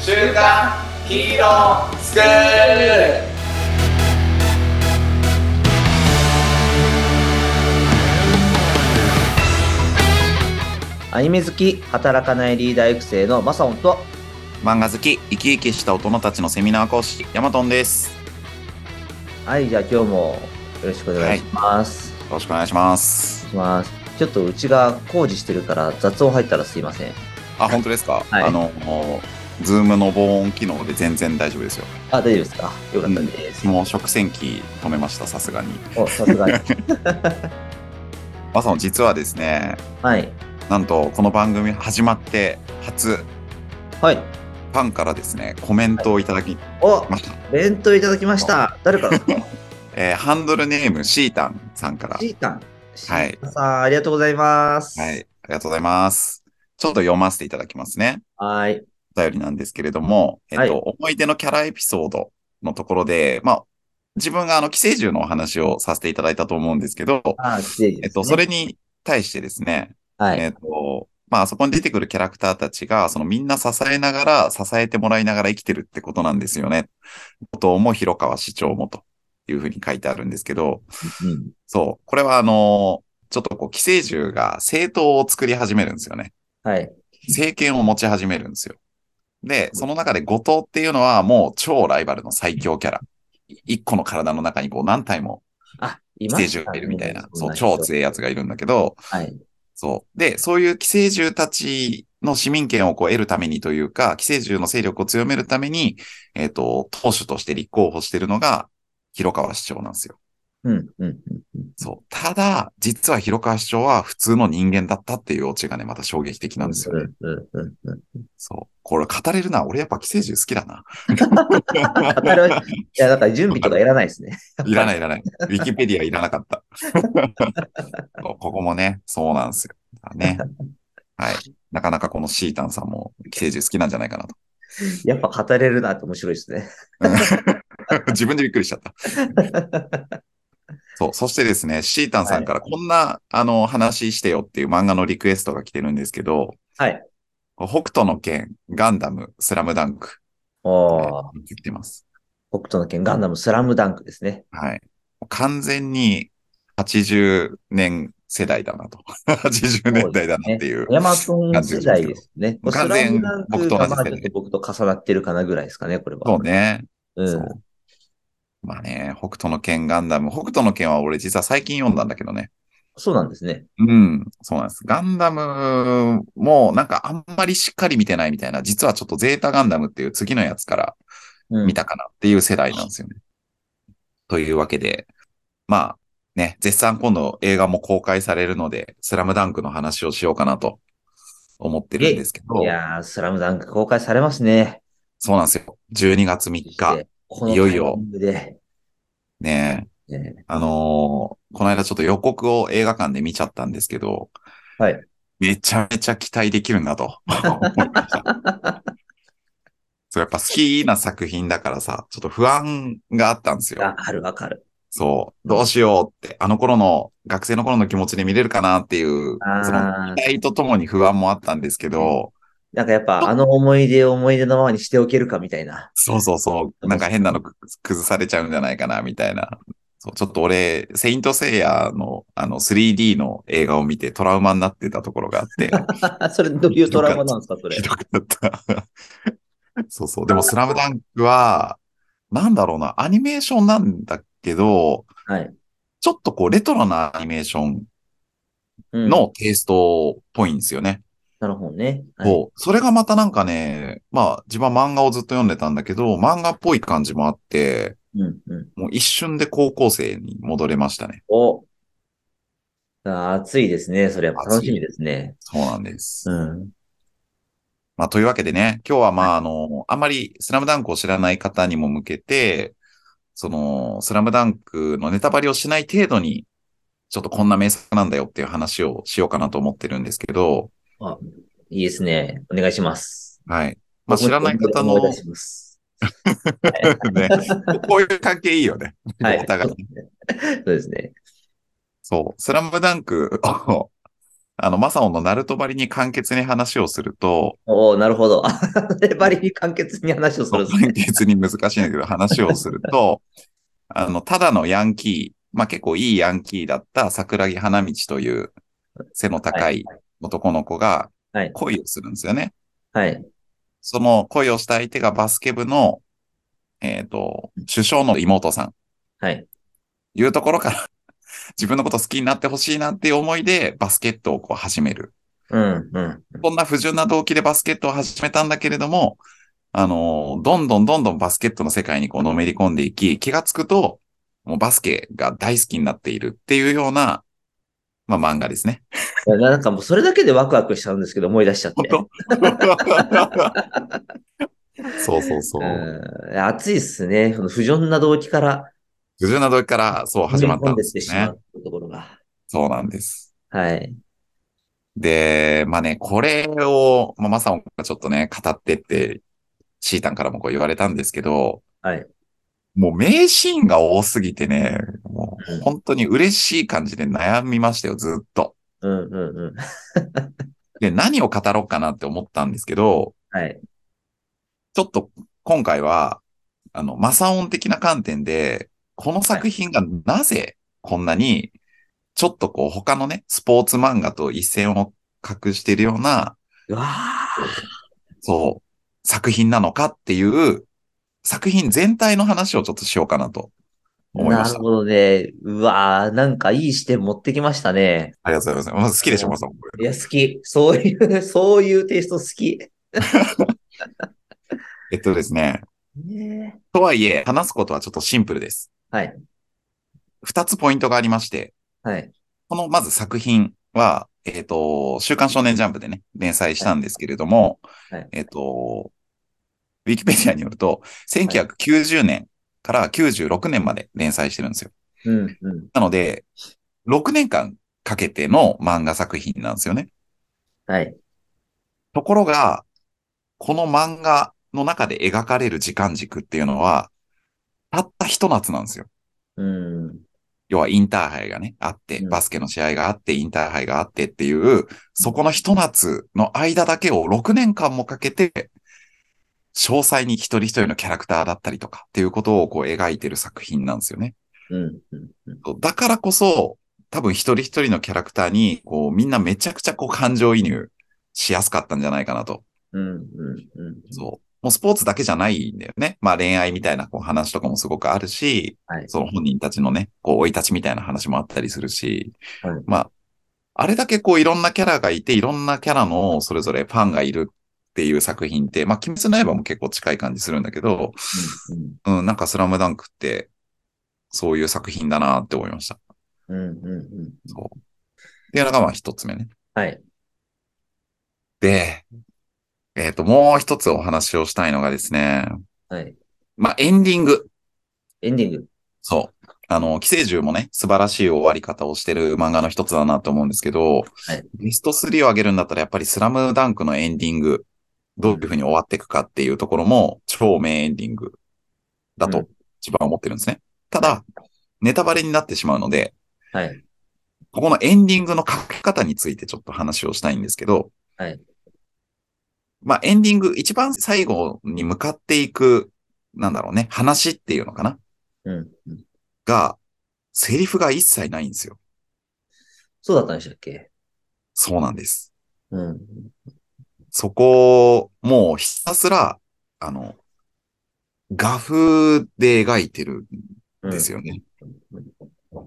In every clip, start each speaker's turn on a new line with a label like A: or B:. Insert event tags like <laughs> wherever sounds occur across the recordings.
A: 週刊ヒーロースクール
B: アニメ好き、働かないリーダー育成のマサオンと、
C: 漫画好き、生き生きした大人たちのセミナー講師、ヤマトンです。よ
B: はい、じゃあ今日もよろしくお願いします。
C: ろしくお願いします。
B: しますちょっとうちが工事してるから雑音入ったらすいません。
C: あ、本当ですか、
B: はい
C: あの、ズームの防音機能で全然大丈夫ですよ。
B: あ、大丈夫ですかよかったです。
C: もう食洗機止めました、さすがに。
B: お、さすがに。
C: マサオン、実はですね、
B: はい。
C: なんと、この番組始まって初、 <laughs>
B: はい。
C: ファンからですね、コメントをいただき
B: お、
C: ました。
B: 弁当いただきました。誰からですか
C: えーハンドルネーム、シータンさんから。
B: シータン。
C: は
B: シ
C: い
B: ータンさん、ありがとうございます。
C: はい、ありがとうございます。ちょっと読ませていただきますね。
B: はい。
C: お便りなんですけれども、えっと、
B: はい
C: 思い出のキャラエピソードのところで、まあ、自分があの、寄生獣のお話をさせていただいたと思うんですけど、
B: あ、失礼です、ね。
C: えっと、そ。れに対してですね、
B: はい。
C: えっと、まあ、あそこに出てくるキャラクターたちが、そのみんな支えながら、支えてもらいながら生きてるってことなんですよね。ことも広川市長もというふうに書いてあるんですけど、
B: うん。
C: そう、これはあの、ちょっとこう、寄生獣が政党を作り始めるんですよね。
B: はい。
C: 政権を持ち始めるんですよ。で、その中で後藤っていうのはもう超ライバルの最強キャラ。い一個の体の中にこう何体も
B: あ、い
C: 寄
B: ま
C: 生
B: し
C: 獣が
B: たね
C: いるみたいな、
B: そ
C: そ
B: ん
C: う、
B: 人
C: 超強いやつがいるんだけど、
B: はい。
C: そう。で、そういう寄生獣たちの市民権をこう得るためにというか、寄生獣の勢力を強めるために、えっ、と、党首として立候補してるのが、広川市長なんですよ。
B: うん、うん、うん。
C: そう。ただ、実は広川市長は普通の人間だったっていうオチがね、また衝撃的なんですよね。
B: うん、うん、うん、うん。
C: そう。これ語れるな。俺やっぱ寄生獣好きだな。
B: 当たる。いや、だから準備とかいらないですね。
C: <laughs> いらない、いらない。ウィキペディアいらなか
B: <laughs>
C: った。そうここもね、そうなんですよ。だね。はい。なかなかこのシータンさんも寄生獣好きなんじゃないかなと。
B: <laughs> やっぱ語れるなって面白
C: <laughs>
B: いですね。
C: 自分でびっくりしちゃった。そう。そしてですね、シータンさんからこんな、あの、話してよっていう漫画のリクエストが来てるんですけど、
B: はい。
C: 北斗の剣、ガンダム、スラムダンク。
B: おー、
C: 言ってます。
B: 北斗の拳、ガンダム、スラムダンクですね。
C: はい。完全に80年世代だなと。80年代だなっていう。
B: ヤマトン世代ですね。
C: 完全
B: スラムダンクがまあ
C: 僕と同じ世代
B: ちょっと僕と重なってるかなぐらいですかね、これは。
C: そうね。
B: うん
C: そうまあね、北斗の剣ガンダム。北斗の剣は俺実は最近読んだんだけどね。
B: そうなんですね。
C: うん、そうなんです。ガンダムもなんかあんまりしっかり見てないみたいな、実はちょっとゼータガンダムっていう次のやつから
B: うん
C: 見たかなっていう世代なんですよね。というわけで、まあね、絶賛今度映画も公開されるので、スラムダンクの話をしようかなと思ってるんですけど
B: い、やー、スラムダンク公開されますね。
C: そうなんですよ。12月3日、
B: この
C: いよいよ
B: タイミングで。
C: ね、
B: ね
C: あのーこの間ちょっと予告を映画館で見ちゃったんですけど、
B: はい。
C: めちゃめちゃ期待できるな
B: <laughs>
C: と思いました。そう、やっぱ好きな作品だからさ、ちょっと不安があったんですよ。
B: ああるわかる。
C: そう、どうしようって、あの頃の、学生の頃の気持ちで見れるかなっていう、その
B: あー
C: 期待とともに不安もあったんですけど、
B: なんかやっぱあの思い出を思い出のままにしておけるかみた
C: <laughs>
B: いな。
C: そうそうそう、なんか変なのく崩されちゃうんじゃないかな、みたいな。そうちょっと俺、セイントセイヤーのあの 3D の映画を見てトラウマになってたところがあ
B: <laughs>
C: って、
B: それどういうトラウマなんですか、それ
C: ひ。どかった。 <laughs> そうそう。でも、スラムダンクは、なんだろうな、アニメーションなんだけど、
B: はい。
C: ちょっとこう、レトロなアニメーション
B: うん、
C: のテイストっぽいんですよね。
B: なるほどね。はい
C: そう。それがまたなんかね、まあ、自分は漫画をずっと読んでたんだけど、漫画っぽい感じもあって、
B: うんうん。
C: もう一瞬で高校生に戻れましたね。
B: おあ暑いですね。それは
C: 暑い
B: 楽しみですね。
C: そうなんです。
B: うん。
C: まあ、というわけでね、今日はまあ、あの、あんまりスラムダンクを知らない方にも向けて、その、スラムダンクのネタバレをしない程度に、ちょっとこんな名作なんだよっていう話をしようかなと思ってるんですけど、
B: あいいですね。お願いします。
C: はい。まあ、知らない方
B: お
C: の、
B: 願い
C: ね、
B: します。
C: <laughs> こういう関係いいよね。
B: はい。
C: お互い
B: そうですね。
C: そう、スラムダンクをあの、マサオのナルトばりに簡潔に話をすると、
B: おおなるほど。あ <laughs> れ、バリに簡潔に話をするんですね
C: 簡。潔に難しいんだけど、話をすると、 <laughs> あの、ただのヤンキー、まあ結構いいヤンキーだった桜木花道という背の高い男の子が
B: はい
C: 恋をするんですよね。
B: はい。
C: その恋をした相手がバスケ部の、えっ、と、首相の妹さん、
B: はい。
C: いうところから、自分のこと好きになってほしいなっていう思いでバスケットをこう始める。
B: うん、うん。
C: こんな不純な動機でバスケットを始めたんだけれども、あのーどんどんどんどんバスケットの世界にこうのめり込んでいき、気がつくと、もうバスケが大好きになっているっていうような、まあ漫画ですね。
B: いやなんかもうそれだけでワクワクしちゃうんですけど、思い出しちゃって。
C: 本当 <laughs> そうそうそう。
B: うん、熱いっすね。その不純な動機から
C: 不純な動機からそう始まったんですよ
B: 踏み込
C: ね
B: んでっ。てしまうところが。
C: そうなんです。
B: はい。
C: で、まあね、これを、まあ、マサオンがちょっとね、語ってって、シータンからもこう言われたんですけど、
B: はい。
C: もう名シーンが多すぎてね、も
B: うん
C: う本当に嬉しい感じで悩みましたよ、ずっと。
B: うんうんうん。
C: で、何を語ろうかなって思ったんですけど、
B: はい。
C: ちょっと今回は、あの、マサオン的な観点で、この作品がなぜこんなに、ちょっとこう他のね、スポーツ漫画と一線を画しているような
B: うわあ。
C: そう、作品なのかっていう、作品全体の話をちょっとしようかなと思いま
B: な
C: し
B: る
C: た。
B: ほどね。うわあ、なんかいい視点持ってきましたね。
C: ありがとうございます。まず好きでしょ、まさん。
B: いや、好き。そういう、 <laughs> そういうテイスト好き。
C: えっとですね。
B: ね
C: とはいえ、話すことはちょっとシンプルです。
B: はい。
C: 二つポイントがありまして、
B: はい。
C: このまず作品は、えっ、と、週刊少年ジャンプでね、連載したんですけれども、
B: はい
C: えっ、と、ウィキペディアによると、1990年から96年まで連載してるんですよ。
B: うんうん。
C: なので、6年間かけての漫画作品なんですよね。
B: はい。
C: ところが、この漫画の中で描かれる時間軸っていうのは、たった一夏なんですよ。
B: うん。
C: 要はインターハイがね、あって
B: う、ん
C: バスケの試合があって、インターハイがあってっていう、そこの一夏の間だけを6年間もかけて、詳細に一人一人のキャラクターだったりとかっていうことをこう描いてる作品なんですよね。
B: うんうん。
C: だからこそ、多分一人一人のキャラクターに、こうみんなめちゃくちゃこう感情移入しやすかったんじゃないかなと
B: うんうんうん。
C: そう。もうスポーツだけじゃないんだよね。まあ恋愛みたいなこう話とかもすごくあるし、
B: はい。
C: その本人たちのね、こう生い立ちみたいな話もあったりするし、
B: はい
C: まあ、あれだけこういろんなキャラがいて、いろんなキャラのそれぞれファンがいるっていう作品って、まあ鬼滅の刃も結構近い感じするんだけど、
B: うん
C: うん、なんかスラムダンクってそういう作品だなって思いました。
B: うんうんうんうん。
C: そう。っていうのがまあ一つ目ね。
B: はい。
C: で、えっ、と、もう一つお話をしたいのがですね、
B: はい。
C: まあエンディング。
B: エンディング。
C: そう。あの、寄生獣もね、素晴らしい終わり方をしてる漫画の一つだなと思うんですけど、
B: はい
C: ベスト3を上げるんだったらやっぱりスラムダンクのエンディング、どういうふうに終わっていくかっていうところも超名エンディングだ
B: う
C: と
B: ん
C: 一番思ってるんですね。ただ、ネタバレになってしまうので、
B: はい。
C: ここのエンディングの書き方についてちょっと話をしたいんですけど、
B: はい
C: まあエンディング、一番最後に向かっていく、なんだろうね、話っていうのかな。
B: うんうん。
C: が、セリフが一切ないんですよ。
B: そうだったんでしたっけ
C: そうなんです。
B: うん。
C: そこを、もうひたすら、あの、画風で描いてるんですよね。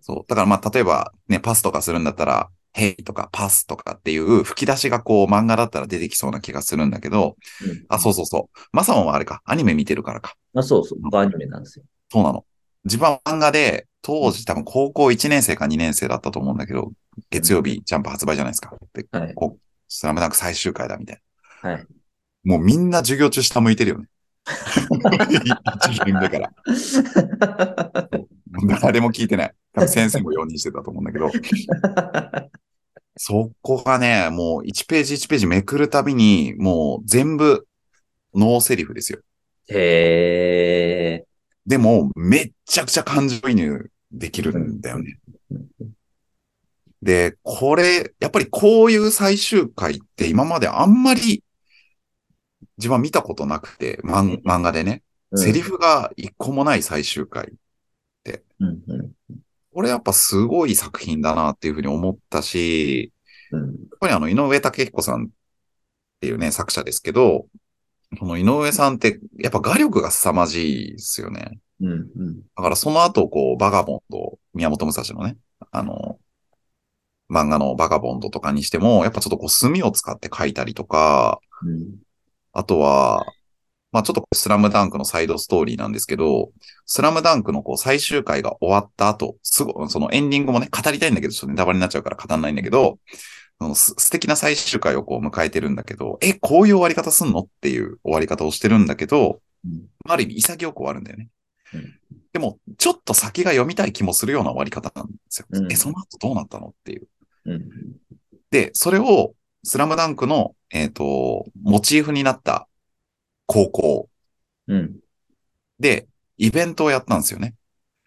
C: そう。だからまあ、例えばね、パスとかするんだったら、ヘイとかパスとかっていう吹き出しがこう漫画だったら出てきそうな気がするんだけど、
B: うん。
C: あ、そうそうそう。マサオンはあれか、アニメ見てるからか。
B: まあそうそう。僕アニメなんですよ。
C: そうなの。自分は漫画で、当時多分高校1年生か2年生だったと思うんだけど、月曜日ジャンプ発売じゃないですか。で
B: はい。
C: こう、スラムダンク最終回だみたいな。
B: はい。
C: もうみんな授業中下向いてるよね。一限だから。
B: <laughs>
C: もう誰も聞いてない。多分先生も容認してたと思うんだけど、そこがね、もう1ページ1ページめくるたびに、もう全部ノーセリフですよ。
B: へえ。
C: でも、めっちゃくちゃ感情移入できるんだよね。で、これ、やっぱりこういう最終回って今まであんまり自分は見たことなくて、漫漫画でね、
B: うん
C: セリフが一個もない最終回。
B: うんうん
C: これやっぱすごい作品だなっていうふうに思ったし、
B: うん
C: やっぱりあの、井上武彦さんっていうね、作者ですけど、この井上さんって、やっぱ画力が凄まじいですよね。
B: うんうん
C: だからその後、こう、バガボンド、宮本武蔵のね、あの、漫画のバガボンドとかにしても、やっぱちょっとこう、墨を使って書いたりとか、
B: うん
C: あとは、まあちょっとスラムダンクのサイドストーリーなんですけど、スラムダンクのこう最終回が終わった後、すご、そのエンディングもね、語りたいんだけど、ちょっとネタバレになっちゃうから語んないんだけど、そのす素敵な最終回をこう迎えてるんだけど、え、こういう終わり方すんのっていう終わり方をしてるんだけど、
B: うん
C: ある意味潔く終わるんだよね
B: うん。
C: でも、ちょっと先が読みたい気もするような終わり方なんですよ。
B: うん
C: え、その後どうなったのっていう。
B: うん
C: で、それを、スラムダンクの、えっ、と、モチーフになった高校
B: うん
C: で、イベントをやったんですよね。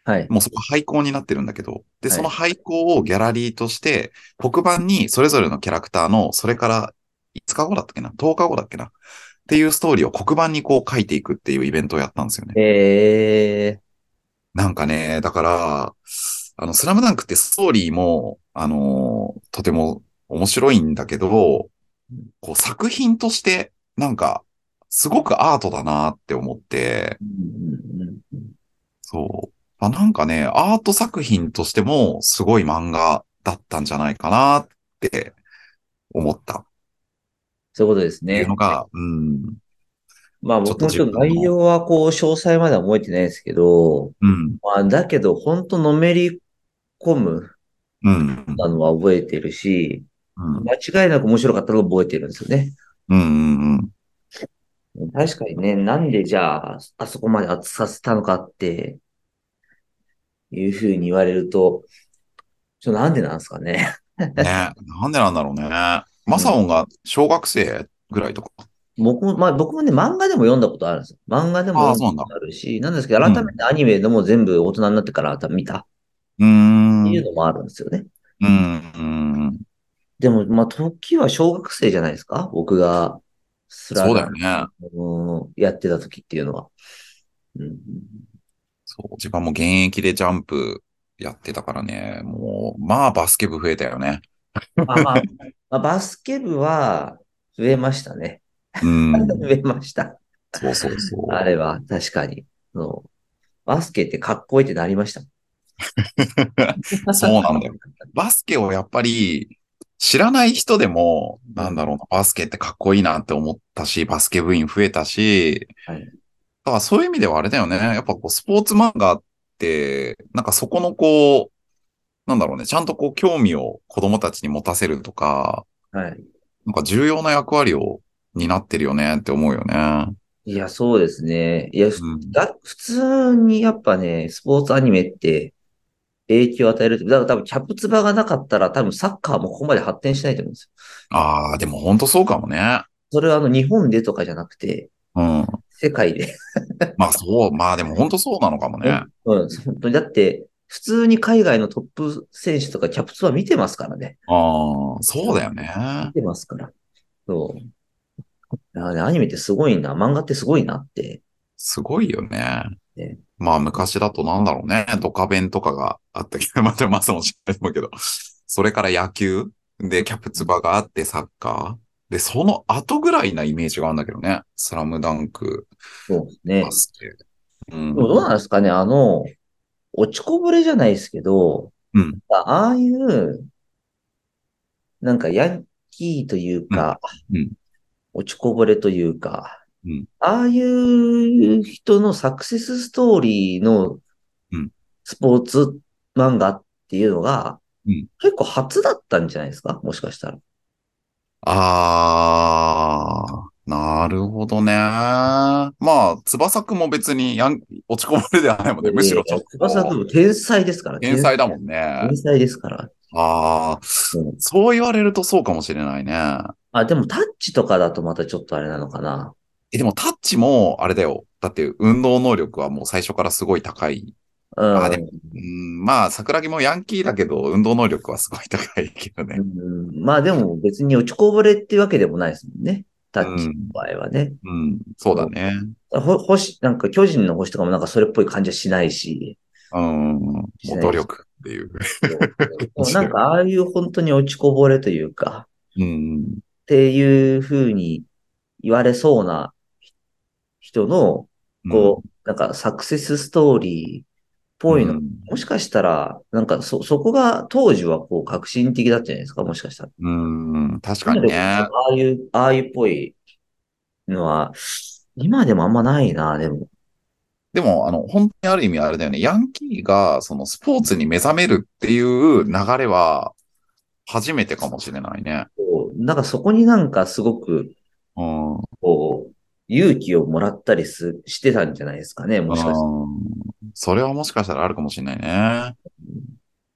B: はい。
C: もうそこ廃校になってるんだけど、で、
B: はい
C: その廃校をギャラリーとして、黒板にそれぞれのキャラクターの、それから5日後だったっけな ?10 日後だっけなっていうストーリーを黒板にこう書いていくっていうイベントをやったんですよね。
B: え
C: なんかね、だから、あの、スラムダンクってストーリーも、あのーとても面白いんだけど、こう作品として、なんか、すごくアートだなって思って
B: ー、うんうんうん
C: そう。あ、なんかね、アート作品としても、すごい漫画だったんじゃないかなって思ったっ
B: そういうことで
C: て
B: す
C: い
B: ね
C: うの。が、うん、
B: まあ僕もち
C: ちょ
B: ょ
C: っ
B: っ
C: と
B: と内容はこう詳細までは覚えてないですけど、
C: うん、
B: まあだけど本当のめり込む
C: うん、
B: なのは覚えてるし、
C: うん、
B: 間違いなく面白かったのを覚えてるんですよね。
C: うん、うん、うん、
B: 確かにね、なんでじゃあ、あそこまで熱させたのかって、いうふうに言われると、ちょっとなんでなんですかね。
C: ね、なんでなんだろうね。マサオンが小学生ぐらいとか。
B: 僕も、まあ僕もね、漫画でも読んだことあるんですよ。漫画でも
C: ああ
B: 読ん
C: そうな
B: だ
C: ん
B: ことあるし、なんですけど、改めてアニメでも全部大人になってから多分見た
C: うーん。
B: っていうのもあるんですよね。
C: うんうん
B: でも、まあ、時は小学生じゃないですか僕が、スラ
C: そうだよ
B: ね。
C: ね。
B: うんやってた時っていうのは。うん。
C: そう、自分も現役でジャンプやってたからね、もう、まあバスケ部増えたよね。
B: まあま
C: <laughs>
B: あ、まあ、バスケ部は増えましたね。 <laughs>
C: うん。
B: 増えました。
C: そうそうそう。
B: あれは、確かに。そうバスケってかっこいいってなりました。
C: そうなんだよ。 <laughs> バスケをやっぱり、知らない人でも、なんだろうな、バスケってかっこいいなって思ったし、バスケ部員増えたし、
B: はい
C: だからそういう意味ではあれだよね。やっぱこう、スポーツ漫画って、なんかそこのこう、なんだろうね、ちゃんとこう、興味を子供たちに持たせるとか、
B: はい。
C: なんか重要な役割を担ってるよねって思うよね。
B: いや、そうですね。いや、
C: うん。
B: だ普通にやっぱね、スポーツアニメって影響を与える。だから多分、キャプツバがなかったら多分サッカーもここまで発展しないと思うんですよ。
C: ああ、でも本当そうかもね。
B: それはあの、日本でとかじゃなくて、
C: うん。
B: 世界で。
C: まあそう、まあでも本当そうなのかもね。
B: うん、本当に。だって、普通に海外のトップ選手とかキャプツバ見てますからね。
C: ああ、そうだよね。
B: 見てますから。そう。だからねアニメってすごいな、漫画ってすごいなって。
C: すごいよね
B: ね。
C: まあ昔だとなんだろうね。ドカベンとかがあったけど、またまさも知ってるけど。それから野球でキャプツバがあってサッカー。で、その後ぐらいなイメージがあるんだけどね。スラムダンク、
B: そうですね
C: バ。スケ。うん。
B: でもどうなんですかね、あの、落ちこぼれじゃないですけど、
C: うん
B: ああいう、なんかヤンキーというか、
C: うんうん
B: 落ちこぼれというか、
C: うん
B: ああいう人のサクセスストーリーの
C: うん
B: スポーツ漫画っていうのが、
C: うん
B: 結構初だったんじゃないですかもしかしたら。
C: あー、なるほどね。まあ、翼くんも別にやん落ちこぼれではないもんね。むしろちょっ
B: 翼くん
C: と、
B: も天才ですから
C: 天才だもんね
B: 天。才ですから。
C: あー、
B: うん
C: そう言われるとそうかもしれないね。
B: あ、でもタッチとかだとまたちょっとあれなのかな。
C: え、でもタッチも、あれだよ。だって運動能力はもう最初からすごい高い
B: うん。
C: あでもうん、まあ、桜木もヤンキーだけど、運動能力はすごい高いけどね。
B: うんまあでも別に落ちこぼれってわけでもないですもんね。タッチの場合はね。
C: うん、そうだね。
B: ほ星、なんか巨人の星とかもなんかそれっぽい感じはしない
C: <laughs>
B: し。
C: うん、もう努力っていう。
B: でもなんかああいう本当に落ちこぼれというか、
C: うん、
B: っていう風に言われそうな人の、こう、なんかサクセスストーリーっぽいの。
C: うん
B: もしかしたら、なんかそ、そこが当時はこう革新的だったじゃないですか、もしかしたら。
C: うん、確かにね
B: あ。あいう、ああいうっぽいのは、今でもあんまないな、でも。
C: でも、あの、本当にある意味あれだよね。ヤンキーが、そのスポーツに目覚めるっていう流れは、初めてかもしれないね。
B: こうなんかそこになんかすごく、
C: うん。
B: こう、勇気をもらったりすしてたんじゃないですかね、もしかして。
C: うんそれはもしかしたらあるかもしれないね。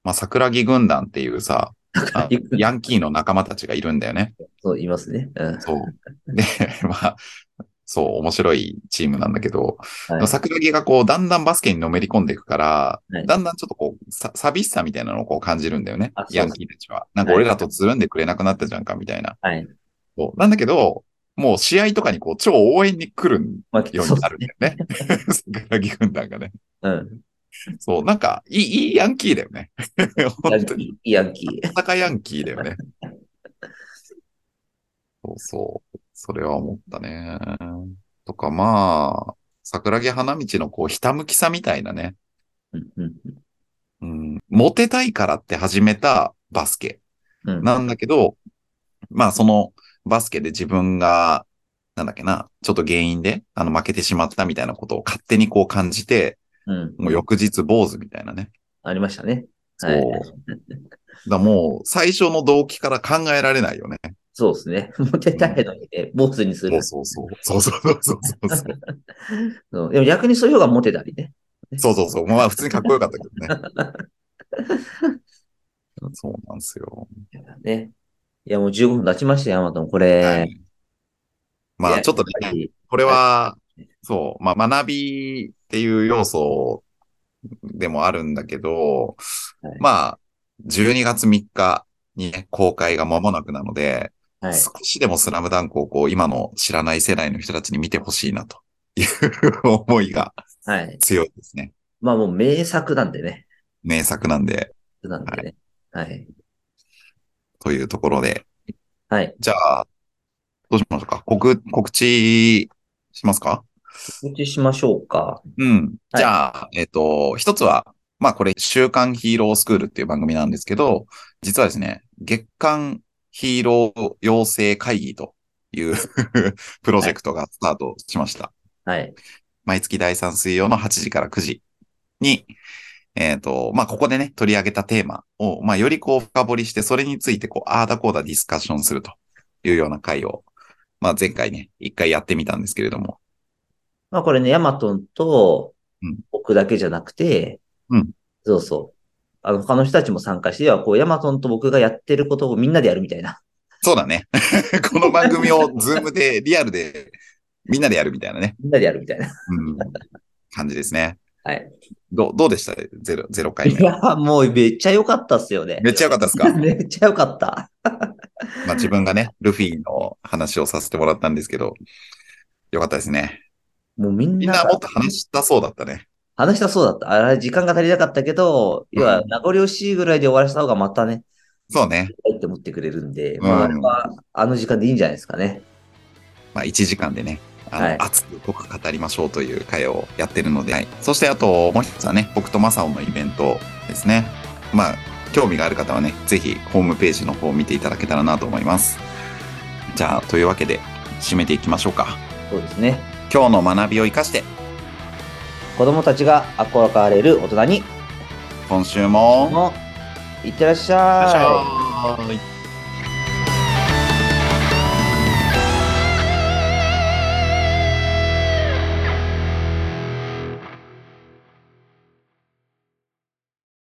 C: まあ、桜木軍団っていうさ、あ
B: いく
C: ヤンキーの仲間たちがいるんだよね。
B: そういますね。うん。
C: そう。で、 <laughs> まあ、そう、面白いチームなんだけど、
B: はい
C: 桜木がこう、だんだんバスケにのめり込んでいくから、
B: はい
C: だんだんちょっとこう、さ寂しさみたいなのをこう感じるんだよね
B: あ。そう
C: ヤンキーたちは。なんか俺らとつるんでくれなくなったじゃんか、みたいな。
B: はい。
C: そうなんだけど、もう試合とかにこう、超応援に来る
B: まあ、きっ
C: よ
B: と
C: う
B: そう
C: に
B: で
C: な
B: す
C: るん
B: ね。
C: だよね。 <laughs> 桜木軍団がね。
B: うん。
C: そう、なんか、いい、いいヤンキーだよね。
B: ヤ
C: 本
B: ン
C: 当に。
B: キー、ヤンキー。
C: 戦ヤンキーだよね。そうそう。それは思ったね。とか、まあ、桜木花道のこう、ひたむきさみたいなね。
B: うんうん
C: うん。モテたいからって始めたバスケ
B: うん。
C: なんだけど、まあ、そのバスケで自分が、なんだっけな、ちょっと原因で、あの、負けてしまったみたいなことを勝手にこう感じて、
B: うん。
C: もう翌日坊主みたいなね。
B: ありましたね。
C: そう。
B: はい
C: だからもう、最初の動機から考えられないよね。
B: そうですね。モテたいのにね、坊主にする。
C: そうそうそう。そうそうそうそうそう。
B: うんでも逆にそういう方がモテたりね。
C: そうそうそう。まあ、普通にかっこよかったけどね。
B: <laughs>
C: そうなんですよ。
B: ね。いや、もう15分経ちましたよ、ヤマトも。これ。
C: はいま
B: い
C: あ、
B: や
C: ちょっと
B: や
C: ね
B: ぱ、り
C: これは、そう、まあ、学びっていう要素でもあるんだけど、
B: はい
C: まあ、12月3日にね、公開が間もなくなので、
B: はい。
C: 少しでもスラムダンクをこう、今の知らない世代の人たちに見てほしいなという <laughs> 思いが
B: はい。
C: 強いですね。
B: まあもう名作なんでね。
C: 名作なんで、
B: なんでね。はい。
C: というところで。
B: はい。
C: じゃあ、どうしましょうか告、告知しますか
B: 告知しましょうか。
C: うん。
B: はい
C: じゃあ、えっ、と、一つは、まあこれ、週刊ヒーロースクールっていう番組なんですけど、実はですね、月刊ヒーロー養成会議という <laughs> プロジェクトがスタートしました。
B: はい。
C: 毎月第3水曜の8時から9時に、えっ、と、まあここでね、取り上げたテーマを、まあよりこう深掘りして、それについてこう、あーだこうだディスカッションするというような会を、まあ前回ね、一回やってみたんですけれども、
B: まあこれね、ヤマトンと
C: うん、
B: 僕だけじゃなくて、
C: うん
B: そうそう。あの、他の人たちも参加して、要はこう、ヤマトンと僕がやってることをみんなでやるみたいな。 <laughs>
C: そうだね。 <laughs> この番組をズーム
B: <laughs>
C: で、リアルで、みんなでやるみたいなね。
B: みんなでやるみたいな。
C: うん、感じですね。
B: はい。
C: どう、どうでしたゼロ、ゼロ回
B: い
C: 目。
B: や、もうめっちゃ良かったっすよね。
C: めっちゃ良かったですか
B: <laughs> めっちゃ良かった。
C: まあ自分がね、ルフィの話をさせてもらったんですけど、よかったですね。
B: もうみん
C: みん
B: な
C: なもっと話したそうだったね。
B: 話したそうだった。あれ、時間が足りなかったけど、要は名残惜しいぐらいで終わらせた方がまたね、
C: そうね。
B: はいって思ってくれるんで、
C: うん
B: まあ、あれはあの時間でいいんじゃないですかね。
C: まあ1時間でね、あの、
B: はい
C: 熱く濃く語りましょうという会をやってるので、はいそしてあともう一つはね、僕とマサオのイベントですね。まあ、興味がある方はね、ぜひホームページの方を見ていただけたらなと思います。じゃあ、というわけで、締めていきましょうか。
B: そうですね。
C: 今日の学びを生かして、
B: 子供たちが憧れる大人に、
C: 今週も、
B: もういってらっし
C: い
B: ゃい。
C: らっしゃい